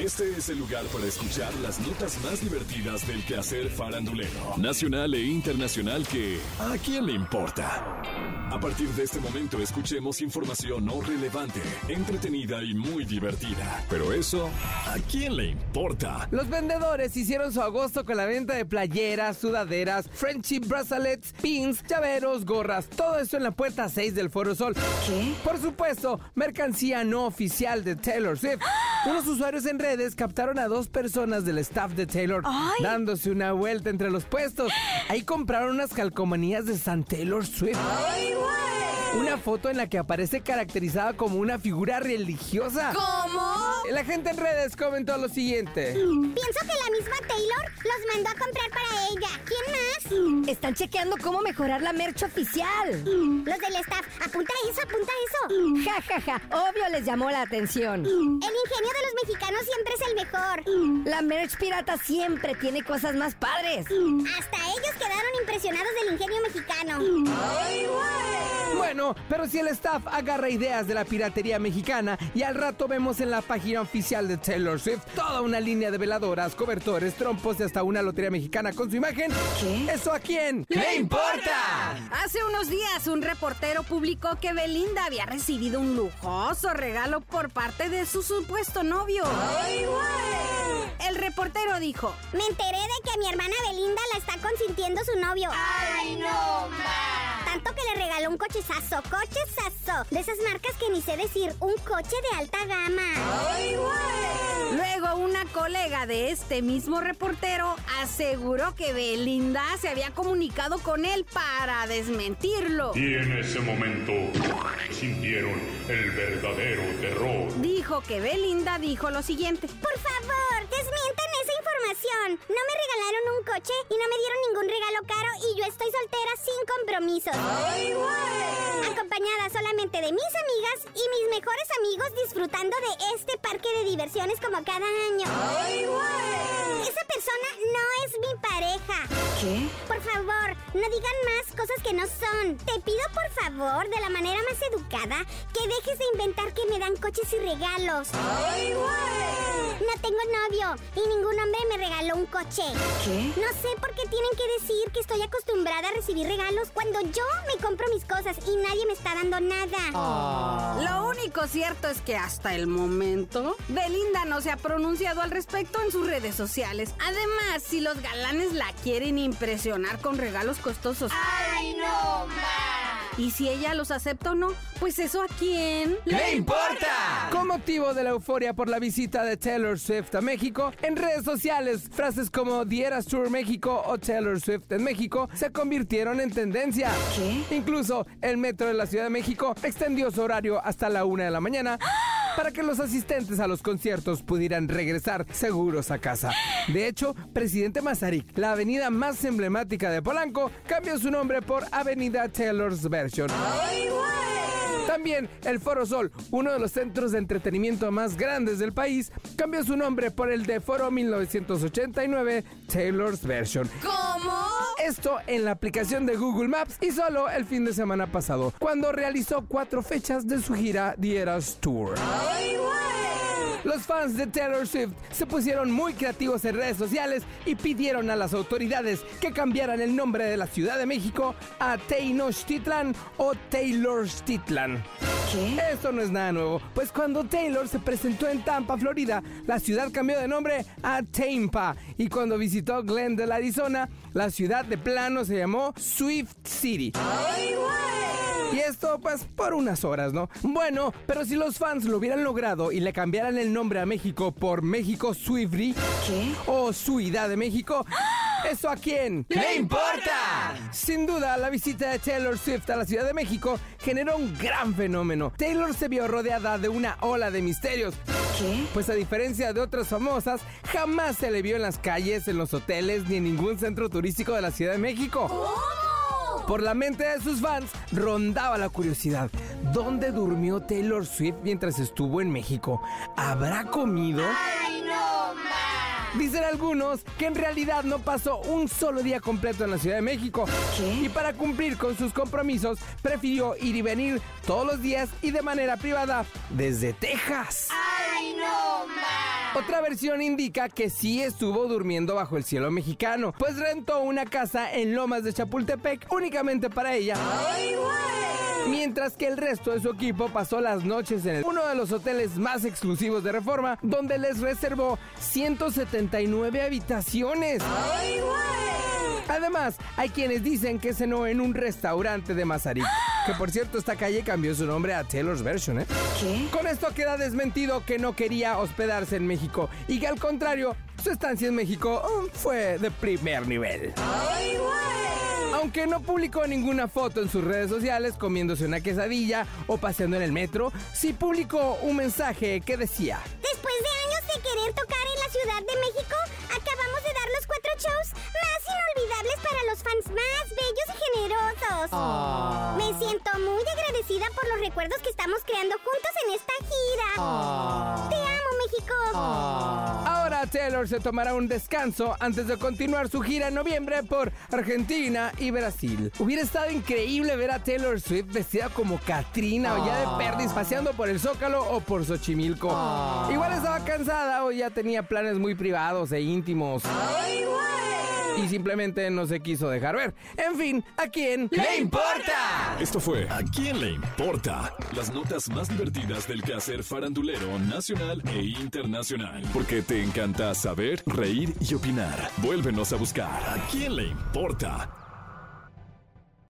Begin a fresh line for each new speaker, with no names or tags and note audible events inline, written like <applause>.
Este es el lugar para escuchar las notas más divertidas del quehacer farandulero, nacional e internacional que ¿a quién le importa? A partir de este momento escuchemos información no relevante, entretenida y muy divertida. Pero eso, ¿a quién le importa?
Los vendedores hicieron su agosto con la venta de playeras, sudaderas, friendship bracelets, pins, llaveros, gorras, todo eso en la puerta 6 del Foro Sol.
¿Qué?
Por supuesto, mercancía no oficial de Taylor Swift.
¡Ah!
Unos usuarios en redes captaron a dos personas del staff de Taylor
¡Ay!
dándose una vuelta entre los puestos. Ahí compraron unas calcomanías de San Taylor Swift. Una foto en la que aparece caracterizada como una figura religiosa.
¿Cómo?
La gente en redes comentó lo siguiente.
Pienso que la misma Taylor los mandó a comprar para ella. ¿Quién más?
Están chequeando cómo mejorar la mercha oficial.
Los del staff. Apunta eso, apunta eso.
Ja, ja, ja. Obvio les llamó la atención.
El ingenio de los mexicanos siempre es el mejor.
La merch pirata siempre tiene cosas más padres.
Hasta ellos quedaron impresionados del ingenio mexicano.
Bueno, pero si el staff agarra ideas de la piratería mexicana y al rato vemos en la página oficial de Taylor Swift toda una línea de veladoras, cobertores, trompos y hasta una lotería mexicana con su imagen,
¿Qué?
¿eso a quién le importa?
Hace unos días un reportero publicó que Belinda había recibido un lujoso regalo por parte de su supuesto novio. El reportero dijo,
Me enteré de que mi hermana Belinda la está consintiendo su novio. ¡Ay, no, ma! Tanto que le regaló un cochezazo, cochezazo. De esas marcas que ni sé decir, un coche de alta gama.
luego una colega de este mismo reportero aseguró que Belinda se había comunicado con él para desmentirlo.
Y en ese momento sintieron el verdadero terror.
Dijo que Belinda dijo lo siguiente.
Por favor, desmientan esa información. No me regalaron un coche y no me dieron ningún regalo caro y yo estoy soltera sin compromisos. Acompañada solamente de mis amigas y mis mejores amigos disfrutando de este parque de diversiones como cada año. Esa persona no es mi pareja.
¿Qué?
Por favor, no digan más cosas que no son. Te pido por favor, de la manera más educada, que dejes de inventar que me dan coches y regalos. No tengo novio y ningún hombre me regaló un coche.
¿Qué?
No sé por qué tienen que decir que estoy acostumbrada a recibir regalos cuando yo me compro mis cosas y nadie me está dando nada.
Lo único cierto es que hasta el momento, Belinda no se ha pronunciado al respecto en sus redes sociales. Además, si los galanes la quieren impresionar con regalos costosos. ¡Ay, no, Y si ella los acepta o no, pues eso a quién
¡Le importa! Con motivo de la euforia por la visita de Taylor Swift a México, en redes sociales, frases como The Eras Tour México o Taylor Swift en México se convirtieron en tendencia.
¿Qué?
Incluso el metro de la Ciudad de México extendió su horario hasta la una de la <gasps> mañana. Para que los asistentes a los conciertos pudieran regresar seguros a casa. De hecho, Presidente Mazarik, la avenida más emblemática de Polanco, cambió su nombre por Avenida Taylor's Version. También el Foro Sol, uno de los centros de entretenimiento más grandes del país, cambió su nombre por el de Foro 1989 Taylor's Version.
¿Cómo?
Esto en la aplicación de Google Maps y solo el fin de semana pasado, cuando realizó cuatro fechas de su gira The Eras Tour. Los fans de Taylor Swift se pusieron muy creativos en redes sociales y pidieron a las autoridades que cambiaran el nombre de la Ciudad de México a Tenochtitlan o Taylorstitlan.
¿Qué?
Esto no es nada nuevo, pues cuando Taylor se presentó en Tampa, Florida, la ciudad cambió de nombre a Tampa. Y cuando visitó Glendale, Arizona, la ciudad de plano se llamó Swift City. Y esto, pues, por unas horas, ¿no? Bueno, pero si los fans lo hubieran logrado y le cambiaran el nombre a México por México Swiftry
¿Qué?
o Ciudad de México, ¿eso a quién ¡Ah! le importa? Sin duda, la visita de Taylor Swift a la Ciudad de México generó un gran fenómeno. Taylor se vio rodeada de una ola de misterios.
¿Qué?
Pues a diferencia de otras famosas, jamás se le vio en las calles, en los hoteles ni en ningún centro turístico de la Ciudad de México. Por la mente de sus fans rondaba la curiosidad. ¿Dónde durmió Taylor Swift mientras estuvo en México? ¿Habrá comido? Dicen algunos que en realidad no pasó un solo día completo en la Ciudad de México.
¿Qué?
Y para cumplir con sus compromisos, prefirió ir y venir todos los días y de manera privada desde Texas. Otra versión indica que sí estuvo durmiendo bajo el cielo mexicano, pues rentó una casa en Lomas de Chapultepec únicamente para ella. Mientras que el resto de su equipo pasó las noches en el- uno de los hoteles más exclusivos de Reforma, donde les reservó 179 habitaciones. Además, hay quienes dicen que cenó en un restaurante de Mazarik. Que por cierto, esta calle cambió su nombre a Taylor's Version, ¿eh?
¿Qué?
Con esto queda desmentido que no quería hospedarse en México y que al contrario, su estancia en México um, fue de primer nivel. Aunque no publicó ninguna foto en sus redes sociales comiéndose una quesadilla o paseando en el metro, sí publicó un mensaje que decía...
Después de años de querer tocar en la Ciudad de México, acabamos de dar los cuatro shows más inolvidables para los fans más bellos y generosos. Me siento muy agradecida por los recuerdos que estamos creando juntos en esta gira. Te amo, México.
Ahora Taylor se tomará un descanso antes de continuar su gira en noviembre por Argentina y Brasil. Hubiera estado increíble ver a Taylor Swift vestida como Katrina o ya de perdiz paseando por el Zócalo o por Xochimilco. Igual estaba cansada o ya tenía planes muy privados e íntimos. Y simplemente no se quiso dejar ver. En fin, ¿a quién le importa?
Esto fue ¿A quién le importa? Las notas más divertidas del quehacer farandulero nacional e internacional. Porque te encanta saber, reír y opinar. Vuélvenos a buscar ¿A quién le importa?